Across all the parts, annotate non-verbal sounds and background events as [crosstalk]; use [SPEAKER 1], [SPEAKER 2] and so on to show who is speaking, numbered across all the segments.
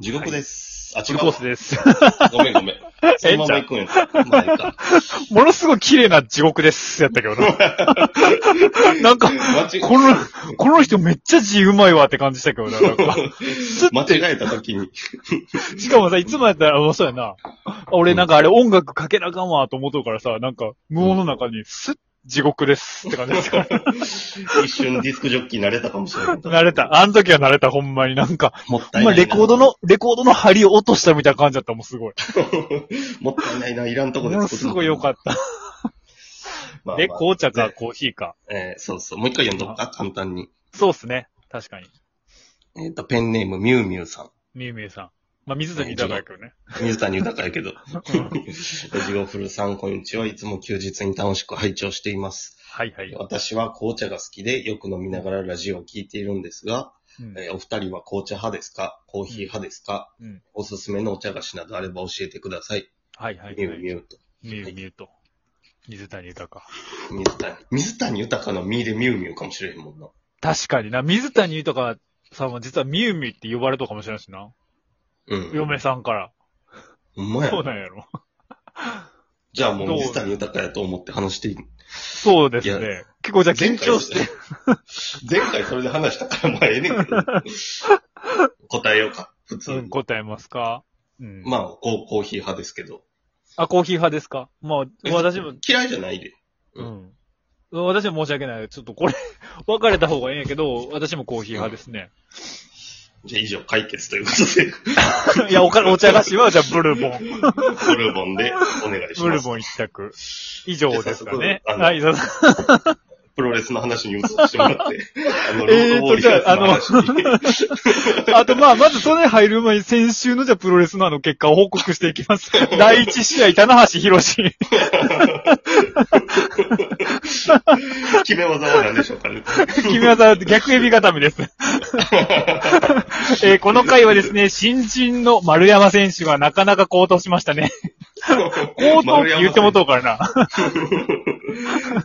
[SPEAKER 1] 地獄です。あ、
[SPEAKER 2] フ
[SPEAKER 1] 違
[SPEAKER 2] ル
[SPEAKER 1] う
[SPEAKER 2] コースです。 [laughs]
[SPEAKER 1] ごめんごめん。そのまま行くんや。まあいいか。
[SPEAKER 2] ものすごい綺麗な地獄です、やったけ
[SPEAKER 1] [laughs]
[SPEAKER 2] どな。なんか、
[SPEAKER 1] 間違
[SPEAKER 2] この、この人めっちゃ字うまいわって感じしたけどな。な
[SPEAKER 1] [laughs]
[SPEAKER 2] んか
[SPEAKER 1] 間違えた時に。
[SPEAKER 2] しかもさ、いつもやったら、あそうやな。あ俺なんかあれ音楽かけなあかんわと思っとるからさ、なんか無音の中にスッ、地獄ですって感じですから。
[SPEAKER 1] 一瞬ディスクジョッキー慣れたかもしれない。
[SPEAKER 2] [laughs] 慣れた。あの時は慣れた、ほんまに。なんか、
[SPEAKER 1] もった
[SPEAKER 2] ほ
[SPEAKER 1] い
[SPEAKER 2] ん
[SPEAKER 1] な
[SPEAKER 2] ま
[SPEAKER 1] いな。
[SPEAKER 2] レコードの、レコードの針を落としたみたいな感じだったもん、すごい。
[SPEAKER 1] [laughs] もったいないな、いらんとこ
[SPEAKER 2] も
[SPEAKER 1] で
[SPEAKER 2] のすごい良か
[SPEAKER 1] っ
[SPEAKER 2] った。
[SPEAKER 1] た。まあまあ
[SPEAKER 2] で、紅茶か
[SPEAKER 1] ね
[SPEAKER 2] コーヒーか。
[SPEAKER 1] えーそうそう。もう一回読んどっか、簡単に。
[SPEAKER 2] そうっすね。確かに。
[SPEAKER 1] えっ、と、ペンネーム、ミュウミュウさん。
[SPEAKER 2] みゆみゆさん。まあ、水谷高いけどね。
[SPEAKER 1] 水谷豊やけ
[SPEAKER 2] [laughs]
[SPEAKER 1] ど。
[SPEAKER 2] うん
[SPEAKER 1] ジゴフルさん、こんにちは。いつも休日に楽しく拝聴しています。
[SPEAKER 2] はいはい。
[SPEAKER 1] 私は紅茶が好きで、よく飲みながらラジオを聞いているんですが、
[SPEAKER 2] うん
[SPEAKER 1] えーお二人は紅茶派ですかコーヒー派ですか、
[SPEAKER 2] うん
[SPEAKER 1] おすすめのお茶菓子などあれば教えてください。
[SPEAKER 2] はいはいはい。
[SPEAKER 1] ミュウミュウと。
[SPEAKER 2] みゆみゆと。水谷豊。
[SPEAKER 1] 水谷。水谷豊のミーでミュウミュウかもしれへんもんな。
[SPEAKER 2] 確かにな。水谷豊さんは実はみゆみゆって呼ばれたかもしれないしな。
[SPEAKER 1] うん。
[SPEAKER 2] 嫁さんから。
[SPEAKER 1] ほんまや
[SPEAKER 2] そ。うなんやろ。
[SPEAKER 1] じゃあもう
[SPEAKER 2] どう
[SPEAKER 1] 水谷豊やと思って話していい
[SPEAKER 2] そうです
[SPEAKER 1] い
[SPEAKER 2] ね。結構じゃあ緊張して。。
[SPEAKER 1] 前回それで話したからまあええねんけど。答えようか。普通
[SPEAKER 2] う
[SPEAKER 1] に。
[SPEAKER 2] ん、答えますかうん。
[SPEAKER 1] まあ、ココーヒー派ですけど。
[SPEAKER 2] あ、コーヒー派ですかまあ、私も、
[SPEAKER 1] 嫌いじゃないで。う
[SPEAKER 2] うん。私も申し訳ない。ちょっとこれ、 [laughs] 別れた方がいいんやけど、私もコーヒー派ですね。
[SPEAKER 1] じゃあ以上解決ということ
[SPEAKER 2] [laughs] いや、おか、お茶菓子は、じゃあ、ブルボン。
[SPEAKER 1] で、ブルボンでお願いします。
[SPEAKER 2] ブルボン一択。以上ですかね。
[SPEAKER 1] じゃあ早速あの
[SPEAKER 2] はい、そう
[SPEAKER 1] プロレスの話に移してもらって、
[SPEAKER 2] [laughs]
[SPEAKER 1] あの、ロー
[SPEAKER 2] えー
[SPEAKER 1] ドウォー
[SPEAKER 2] と、
[SPEAKER 1] リ
[SPEAKER 2] じゃ
[SPEAKER 1] アーズ
[SPEAKER 2] あ、あ
[SPEAKER 1] の話に。
[SPEAKER 2] の、 [laughs] あと、まあ、まずそれ入る前に先週のじゃあプロレスのあの結果を報告していきます。第一試合、棚橋博士。
[SPEAKER 1] 決め技は何でしょうかね。
[SPEAKER 2] 君はさ、逆エビ固めです。えーこの回はですね、新人の丸山選手がなかなか高騰しましたね。 [laughs] 高騰って言ってもとうからな。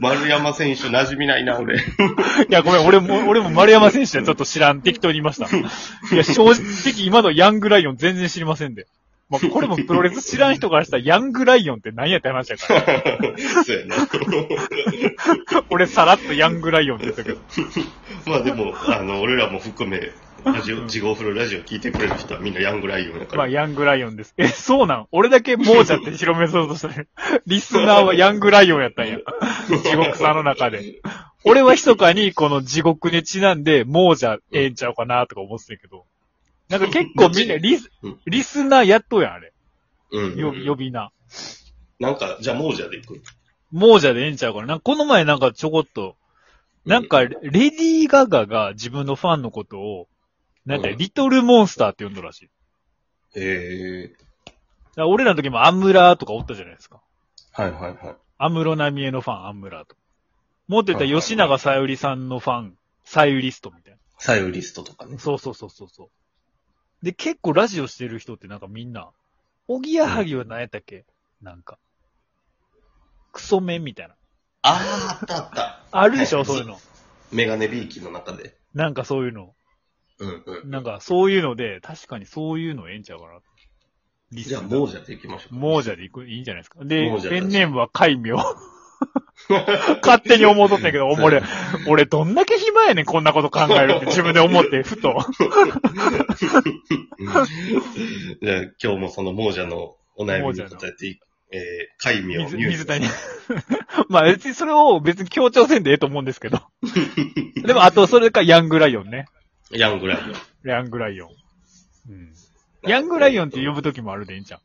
[SPEAKER 1] 丸山選手馴染みないな、俺。 [laughs]
[SPEAKER 2] いや、ごめん、俺も、俺も丸山選手はちょっと知らん。適当に言いました。いや、正直今のヤングライオン全然知りませんで。まあ、これもプロレス知らん人からしたら、ヤングライオンって何やって話やから。
[SPEAKER 1] そうやな。 [laughs]
[SPEAKER 2] 俺さらっとヤングライオンって言ったけど。
[SPEAKER 1] まあでも、あの、俺らも含め、ラジオ、地獄風呂ラジオ聞いてくれる人はみんなヤングライオンやから。
[SPEAKER 2] まあ、ヤングライオンです。え、そうなん俺だけ亡者って広めそうとした [laughs] ね。リスナーはヤングライオンやったんや。地獄さんの中で。俺は密かにこの地獄にちなんで亡者ええんちゃうかなとか思ってたけど。なんか結構みんなリス
[SPEAKER 1] うん、
[SPEAKER 2] リスナーやっとうやん、あれ。
[SPEAKER 1] うん
[SPEAKER 2] よ呼び名。
[SPEAKER 1] なんか、じゃあ、亡者で行く。
[SPEAKER 2] 亡者でええんちゃうかな。なんかこの前なんかちょこっと、なんか、レディー・ガガが自分のファンのことを、なんて、
[SPEAKER 1] うん
[SPEAKER 2] リトル・モンスターって呼んどるらしい。
[SPEAKER 1] ええ
[SPEAKER 2] だから俺らの時もアムラーとかおったじゃないですか。
[SPEAKER 1] はいはいはい。
[SPEAKER 2] アムロナミエのファン、アムラーと。もっと言っ
[SPEAKER 1] は
[SPEAKER 2] た
[SPEAKER 1] いはいは
[SPEAKER 2] ら
[SPEAKER 1] い
[SPEAKER 2] 吉永さゆりさんのファン、さゆりストみたい
[SPEAKER 1] サユリストとかね
[SPEAKER 2] な。。そうそうそうそうそう。で、結構ラジオしてる人ってなんかみんな、おぎやはぎは何やったっけなんか。クソメンみたいな。
[SPEAKER 1] あー、あったあった。
[SPEAKER 2] あるでしょそういうの。
[SPEAKER 1] メガネビーキの中で。
[SPEAKER 2] なんかそういうの。
[SPEAKER 1] うんうん。
[SPEAKER 2] なんかそういうので、確かにそういうのええんちゃうかな。リ
[SPEAKER 1] じゃあ、亡者で行きましょう。
[SPEAKER 2] 亡者でいく、いいんじゃないですか。で
[SPEAKER 1] 亡者、だ
[SPEAKER 2] ペンネームは海名。勝手に思うとったんやけど、
[SPEAKER 1] [laughs]
[SPEAKER 2] おも俺、俺どんだけ暇やねん、こんなこと考えるって自分で思って、ふと。
[SPEAKER 1] うんじゃあ、今日もその亡者のお悩みに答えていく。えー、海名
[SPEAKER 2] 水水谷。 [laughs] まあ別にそれを別に強調せんでええと思うんで
[SPEAKER 1] [laughs]
[SPEAKER 2] すけど。でもあとそれかヤングライオンね。
[SPEAKER 1] ヤングライ
[SPEAKER 2] ヤングライオン。うん。
[SPEAKER 1] オン。
[SPEAKER 2] ヤングライオンって呼ぶときもあるでいいんじゃん。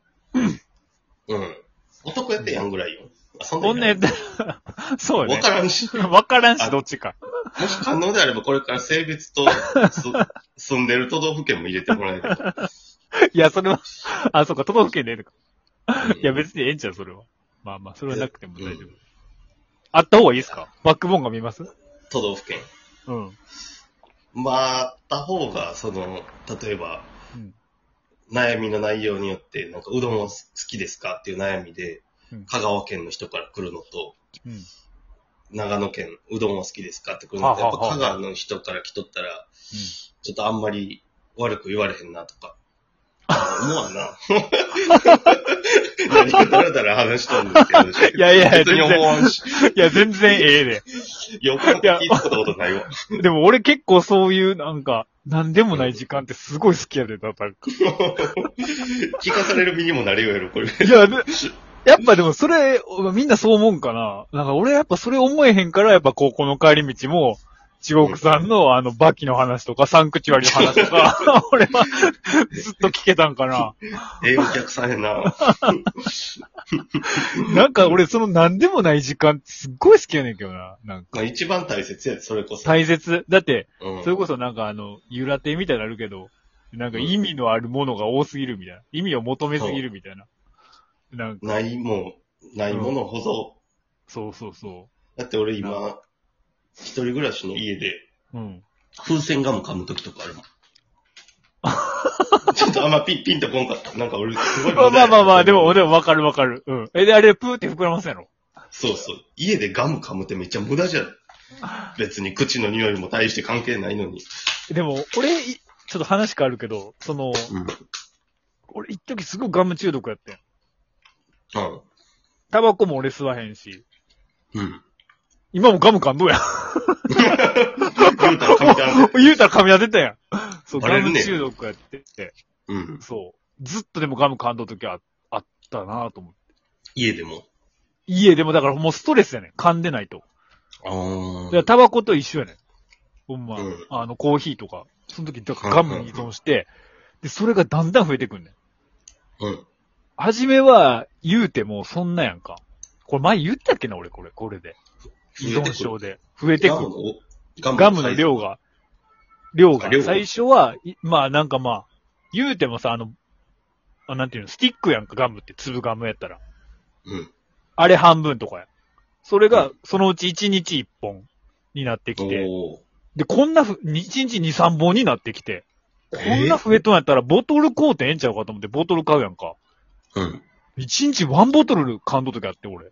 [SPEAKER 1] うん。男やってヤングライオン。あそんなんい
[SPEAKER 2] 女
[SPEAKER 1] ない
[SPEAKER 2] やったら、 [laughs] そう
[SPEAKER 1] わ
[SPEAKER 2] ね
[SPEAKER 1] か。らんし。
[SPEAKER 2] わからんし、どっちか。
[SPEAKER 1] もし可能であれば、これから性別と、す [laughs] 住んでる都道府県も入れてもらえれば。
[SPEAKER 2] いや、それは、あ、そうか、都道府県でええのか。
[SPEAKER 1] うん
[SPEAKER 2] いや、別にええんちゃう、それは。まあまあ、それはなくても大丈
[SPEAKER 1] う
[SPEAKER 2] 夫
[SPEAKER 1] ん。
[SPEAKER 2] あった方がいいですかバックボーンが見えます
[SPEAKER 1] 都道府県。
[SPEAKER 2] うん。
[SPEAKER 1] まあ、あった方が、その、例えば、
[SPEAKER 2] うん
[SPEAKER 1] 悩みの内容によって、なんか、うどんは好きですかっていう悩みで
[SPEAKER 2] うん、
[SPEAKER 1] 香川県の人から来るのと、
[SPEAKER 2] うん。
[SPEAKER 1] 長野県、うどんは好きですかって来るのと、や
[SPEAKER 2] は
[SPEAKER 1] っ
[SPEAKER 2] あはあ
[SPEAKER 1] ぱ香
[SPEAKER 2] [laughs]
[SPEAKER 1] 川の人から来とったら、ちょっとあんまり悪く言われへんなとか、と思わんな。 [laughs] 何かだらだら話しとんですけど。
[SPEAKER 2] いやいや
[SPEAKER 1] 別に思わんし。
[SPEAKER 2] いや、全然ええで。
[SPEAKER 1] よっぽど聞いたことない
[SPEAKER 2] [laughs]
[SPEAKER 1] わ。
[SPEAKER 2] でも俺結構そういう、なんか、なんでもない時間ってすごい好きやで、なんか。
[SPEAKER 1] 聞かされる身にもなれよやろ、これ。
[SPEAKER 2] いや、でやっぱでもそれ、みんなそう思うんかな。なんか俺やっぱそれ思えへんから、やっぱ高校の帰り道も、地獄さんのあの、バキの話とか、サンクチュアリの話と
[SPEAKER 1] [laughs]
[SPEAKER 2] か、俺はずっと聞けたんかな。
[SPEAKER 1] ええお客さんやな。
[SPEAKER 2] なんか俺そのなんでもない時間すっごい好きやねんけどな。なん
[SPEAKER 1] ま
[SPEAKER 2] か
[SPEAKER 1] あ、。一番大切やで、それこそ。
[SPEAKER 2] 大切。だって、
[SPEAKER 1] うん
[SPEAKER 2] それこそなんかあの、ゆらてみたいなのあるけど、なんか意味のあるものが多すぎるみたいな。意味を求めすぎるみたいな。なんか、
[SPEAKER 1] ないもん、ないものほど。
[SPEAKER 2] そうそうそ
[SPEAKER 1] だって俺今、一人暮らしの家で、
[SPEAKER 2] う。うん。
[SPEAKER 1] 風船ガム噛むときとかあるもん。ちょっとあんまピンピンとこんかった。なんか俺、すごい
[SPEAKER 2] まあ
[SPEAKER 1] 無駄や
[SPEAKER 2] まあ
[SPEAKER 1] な
[SPEAKER 2] まあまあ、でも、でもわかるわかる。うん。え、で、あれプーって膨らますんやろ
[SPEAKER 1] そうそう。家でガム噛むってめっちゃ無駄じゃん。別に口の匂いも大して関係ないのに。
[SPEAKER 2] でも、俺、いちょっと話変わるけど、その、
[SPEAKER 1] うん。うん。
[SPEAKER 2] 俺一時すごいガム中毒やってん。タバコも俺吸わへんし、
[SPEAKER 1] うん。
[SPEAKER 2] 今もガム感どうや。
[SPEAKER 1] 言うたら噛みたん。
[SPEAKER 2] [laughs] 言うたら髪当てたやん。そう、
[SPEAKER 1] バレ
[SPEAKER 2] ガ
[SPEAKER 1] る
[SPEAKER 2] ム
[SPEAKER 1] ね
[SPEAKER 2] 中毒やってて、
[SPEAKER 1] うん。
[SPEAKER 2] そう。ずっとでもガム噛んだ時はああったなぁと思って。
[SPEAKER 1] 家でも。
[SPEAKER 2] 家でもだからもうストレスやねん。噛んでないと。
[SPEAKER 1] あ
[SPEAKER 2] だからタバコと一緒やねん。ほんま、
[SPEAKER 1] うん
[SPEAKER 2] あの、コーヒーとか。その時、だからガムに依存して、で、それがだんだん増えてくんねん。
[SPEAKER 1] うん。
[SPEAKER 2] はじめは、言うても、そんなやんか。これ前言ったっけな、俺、これ、これで。依存症で。増えてく
[SPEAKER 1] ガムの
[SPEAKER 2] る。
[SPEAKER 1] ガム
[SPEAKER 2] ガムの量が、量
[SPEAKER 1] あ
[SPEAKER 2] が
[SPEAKER 1] 量。が
[SPEAKER 2] 最初は、いまあなんかまあ、言うてもさ、あの、あなんていうの、スティックやんか、ガムって、粒ガムやったら。
[SPEAKER 1] うん。
[SPEAKER 2] あれ半分とかや。それ
[SPEAKER 1] う
[SPEAKER 2] が、そのうち1日1本になってきて、
[SPEAKER 1] おー
[SPEAKER 2] で、こんなふ、1日2、3本になってきて、こんな増えとんやったら、ボトル買うてええんちゃうかと思って、ボトル買うやんか。
[SPEAKER 1] うん。
[SPEAKER 2] 1日1ボトル感動時あって、俺。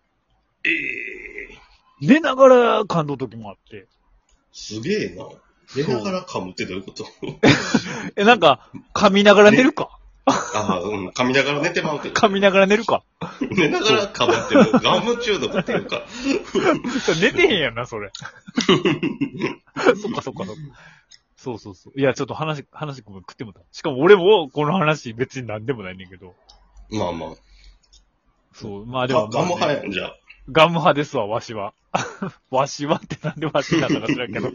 [SPEAKER 1] ええー。
[SPEAKER 2] 寝ながら感動時もあって。
[SPEAKER 1] すげえな。寝ながら噛むってどういうこと
[SPEAKER 2] え、なんか、噛みながら寝るか。
[SPEAKER 1] ああ、うん。噛みながら寝てまうけど。
[SPEAKER 2] 噛みながら寝るか。
[SPEAKER 1] 寝ながら噛むってもうガム中毒っていうか。
[SPEAKER 2] それ寝てへんやん [laughs] な、それ。そっかそっかそっか。そうそうそう。いや、ちょっと話、話ごめん食ってもうた。しかも俺も、この話別に何でもないねんけど。
[SPEAKER 1] [laughs] まあまあ。
[SPEAKER 2] そう、まあで
[SPEAKER 1] ガ
[SPEAKER 2] も、
[SPEAKER 1] ム派
[SPEAKER 2] まあね
[SPEAKER 1] やん、じゃあ。
[SPEAKER 2] ガム派ですわ、わしは。 [laughs] わしはってなんでわしなんだか知らんけど。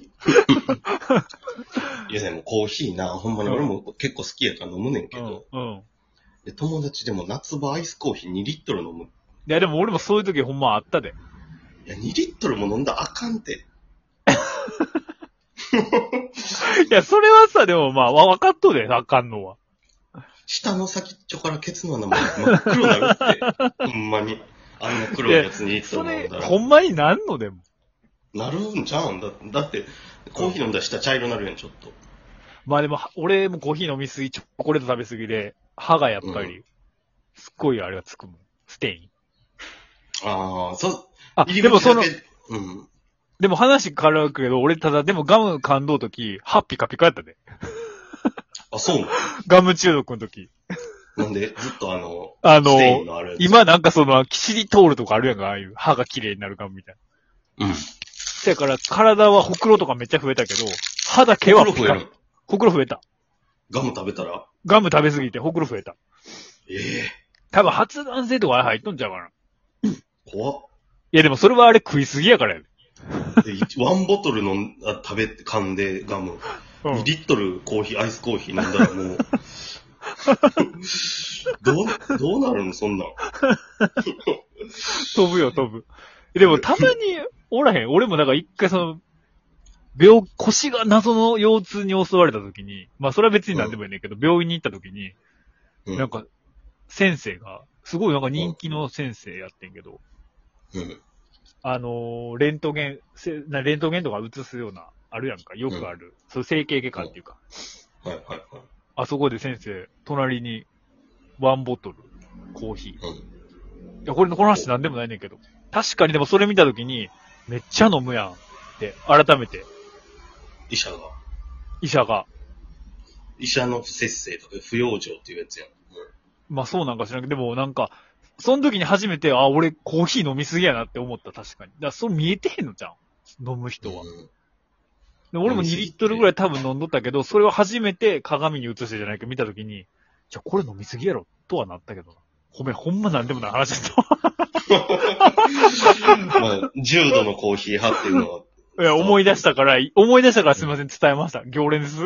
[SPEAKER 1] いやでもコーヒーな、ほんまに俺も結構好きやから飲むねんけど、
[SPEAKER 2] うん。うん。
[SPEAKER 1] で友達でも夏場アイスコーヒー2リットル飲む。
[SPEAKER 2] いや、でも俺もそういう時ほんまあったで。
[SPEAKER 1] いや、2リットルも飲んだらあかんって。
[SPEAKER 2] いや、それはさ、でもまあ、わ、分かっとるで、あかんのは。
[SPEAKER 1] 舌の先っちょからケツの穴まで真っ黒になるって。 [laughs] ほんまに。あんな黒いやつ2リット
[SPEAKER 2] そ
[SPEAKER 1] ル飲
[SPEAKER 2] れ
[SPEAKER 1] んだ、
[SPEAKER 2] ほんまになんのでも。
[SPEAKER 1] ら。なるんじゃうんだだって、コーヒー飲んだら舌茶色になるやん、ちょっと。
[SPEAKER 2] まあでも、は俺もコーヒー飲みすぎ、チョコレート食べすぎで、歯がやっぱり、すっごいあれがつくもん。ステイン。
[SPEAKER 1] ああ、そ、
[SPEAKER 2] あ、
[SPEAKER 1] 入り
[SPEAKER 2] でも
[SPEAKER 1] 口
[SPEAKER 2] そ
[SPEAKER 1] だ
[SPEAKER 2] の
[SPEAKER 1] け、。うん。
[SPEAKER 2] でも話変わるけど、俺ただ、でもガム感動時、歯ピカピカやったで。
[SPEAKER 1] あ、そうな
[SPEAKER 2] ガム中毒の時。
[SPEAKER 1] のなんで、ずっとあの、
[SPEAKER 2] あの
[SPEAKER 1] ステインのあるやつ。
[SPEAKER 2] 今なんかその、キシリトールとかあるやんか、ああいう歯が綺麗になるガムみたいな。
[SPEAKER 1] うん。
[SPEAKER 2] だから、体はほくろとかめっちゃ増えたけど、歯だけは
[SPEAKER 1] 黒
[SPEAKER 2] ピ
[SPEAKER 1] 増え
[SPEAKER 2] カ
[SPEAKER 1] る。
[SPEAKER 2] ほくろ増えた。
[SPEAKER 1] ガム食べたら、
[SPEAKER 2] ガム食べすぎてほくろ増えた。
[SPEAKER 1] ええ
[SPEAKER 2] 多分発がん性とかあれ入っとんちゃうかな。い
[SPEAKER 1] 怖っ。
[SPEAKER 2] やでもそれはあれ食いすぎやからや
[SPEAKER 1] で、
[SPEAKER 2] で。
[SPEAKER 1] 一 [laughs] ワンボトル飲んあ食べ、噛んで、ガム。
[SPEAKER 2] うん
[SPEAKER 1] 2リットルコーヒー、アイスコーヒー飲んだらもう。 [laughs] どう、どうなるのそんなん。
[SPEAKER 2] 飛ぶよ、飛ぶ。でも、たまに、おらへん。俺もなんか一回その、病、腰が謎の腰痛に襲われた時に、まあそれは別に何でもいいねんけど、病院に行った時に、
[SPEAKER 1] うん
[SPEAKER 2] なんか、先生が、すごいなんか人気の先生やってんけど、
[SPEAKER 1] うん。
[SPEAKER 2] あのーレントゲン、せなレントゲンとか映すような、あるやんか、よくある、そう整形外科っていうか、
[SPEAKER 1] はいはいはい。
[SPEAKER 2] あそこで先生、隣に、ワンボトル、コーヒー、
[SPEAKER 1] うん。
[SPEAKER 2] いや、これ、この話なんでもないねんけど。確かにでもそれ見たときに、めっちゃ飲むやんって、改めて、
[SPEAKER 1] 医者が。
[SPEAKER 2] 医者が。
[SPEAKER 1] 医者の不節制とか、不養生っていうやつやん。うん
[SPEAKER 2] まあそうなんか知らんけど、でもなんか、その時に初めて、あ、俺コーヒー飲みすぎやなって思った、確かに。だからそう見えてへんのじゃん。飲む人は。
[SPEAKER 1] うん
[SPEAKER 2] で俺も
[SPEAKER 1] 飲み
[SPEAKER 2] 2
[SPEAKER 1] すぎ
[SPEAKER 2] リットルぐらい多分飲んどったけど、それを初めて鏡に映してじゃないか見た時に、じゃこれ飲みすぎやろ、とはなったけどな。ごめん、ほんまなんでもない話だっ
[SPEAKER 1] まあ、重度のコーヒー派っていう
[SPEAKER 2] [laughs]
[SPEAKER 1] のは、
[SPEAKER 2] た。いや、思い出したから、思い出したからすいません、伝えました。行列です。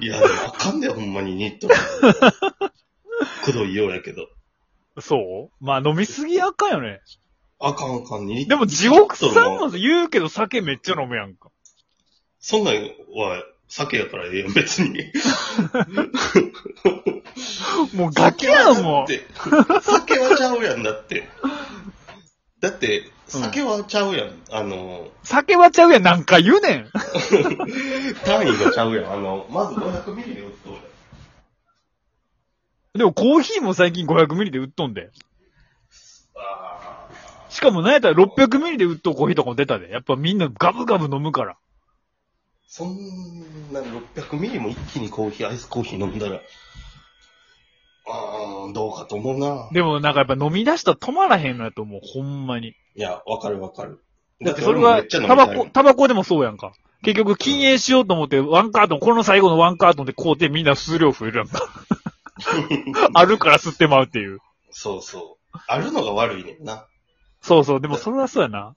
[SPEAKER 1] いや、でもあかんで、ほんまにニット
[SPEAKER 2] [laughs]
[SPEAKER 1] ル。くどいようやけど。
[SPEAKER 2] そうまあ飲みすぎあかんよね。
[SPEAKER 1] あかんあかん、ニット
[SPEAKER 2] で
[SPEAKER 1] ル
[SPEAKER 2] も地獄さんも言うけど酒めっちゃ飲むやんか。
[SPEAKER 1] そんなんは、酒やからええやん、別に。
[SPEAKER 2] もうガキやん
[SPEAKER 1] だ
[SPEAKER 2] も
[SPEAKER 1] って酒はちゃうやんだって。だって、
[SPEAKER 2] うん
[SPEAKER 1] 酒はちゃうやん。あの、
[SPEAKER 2] う。酒はちゃうやん、なんか言うねん。
[SPEAKER 1] 単位がちゃうやん。あの、まず500ミリで打っとうやん
[SPEAKER 2] [laughs] でもコーヒーも最近500ミリで売っとんで。
[SPEAKER 1] あ
[SPEAKER 2] しかもなんやったら600ミリで売っとうコーヒーとかも出たで。やっぱみんなガブガブ飲むから。
[SPEAKER 1] ーそんな600ミリも一気にコーヒー、アイスコーヒー飲んだら、あー、どうかと思うな。
[SPEAKER 2] でもなんかやっぱ飲み出したら止まらへんのやと思う、ほんまに。
[SPEAKER 1] いや、わかるわかる。
[SPEAKER 2] だってそ
[SPEAKER 1] 俺
[SPEAKER 2] れ
[SPEAKER 1] もめ
[SPEAKER 2] は、
[SPEAKER 1] っちゃ飲
[SPEAKER 2] タ
[SPEAKER 1] みた
[SPEAKER 2] バ
[SPEAKER 1] い
[SPEAKER 2] コ、タバコでもそうやんか。結局禁煙しようと思って、ワンカートン、この最後のワンカートンで買うてみんな数量増えるや
[SPEAKER 1] [laughs]
[SPEAKER 2] んか。あるから吸ってまうっていう。
[SPEAKER 1] そうそう。あるのが悪いねんな。
[SPEAKER 2] そうそう、でもそれはそうやな。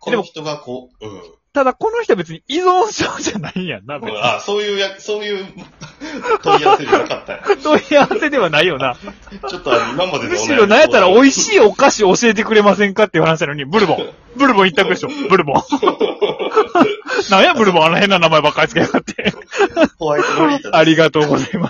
[SPEAKER 1] この人がこう、うん。
[SPEAKER 2] ただこの人は別に依存症じゃないんやんな、別に。
[SPEAKER 1] あ、そういうや、そういう問い合わせじゃなかったんや
[SPEAKER 2] 問い合わせではない
[SPEAKER 1] [laughs]
[SPEAKER 2] よな。
[SPEAKER 1] ちょっとあの今までのお悩み
[SPEAKER 2] むしろなんやったら美味
[SPEAKER 1] い。
[SPEAKER 2] しいお菓子教えてくれませんかっていう話なのに、ブルボン。ブルボン一択でしょ、
[SPEAKER 1] [laughs]
[SPEAKER 2] ブルボン。なんやブルボン、あの変な名前ばっかりつけやがって。
[SPEAKER 1] ホワイトロリータ
[SPEAKER 2] ありがとうございます。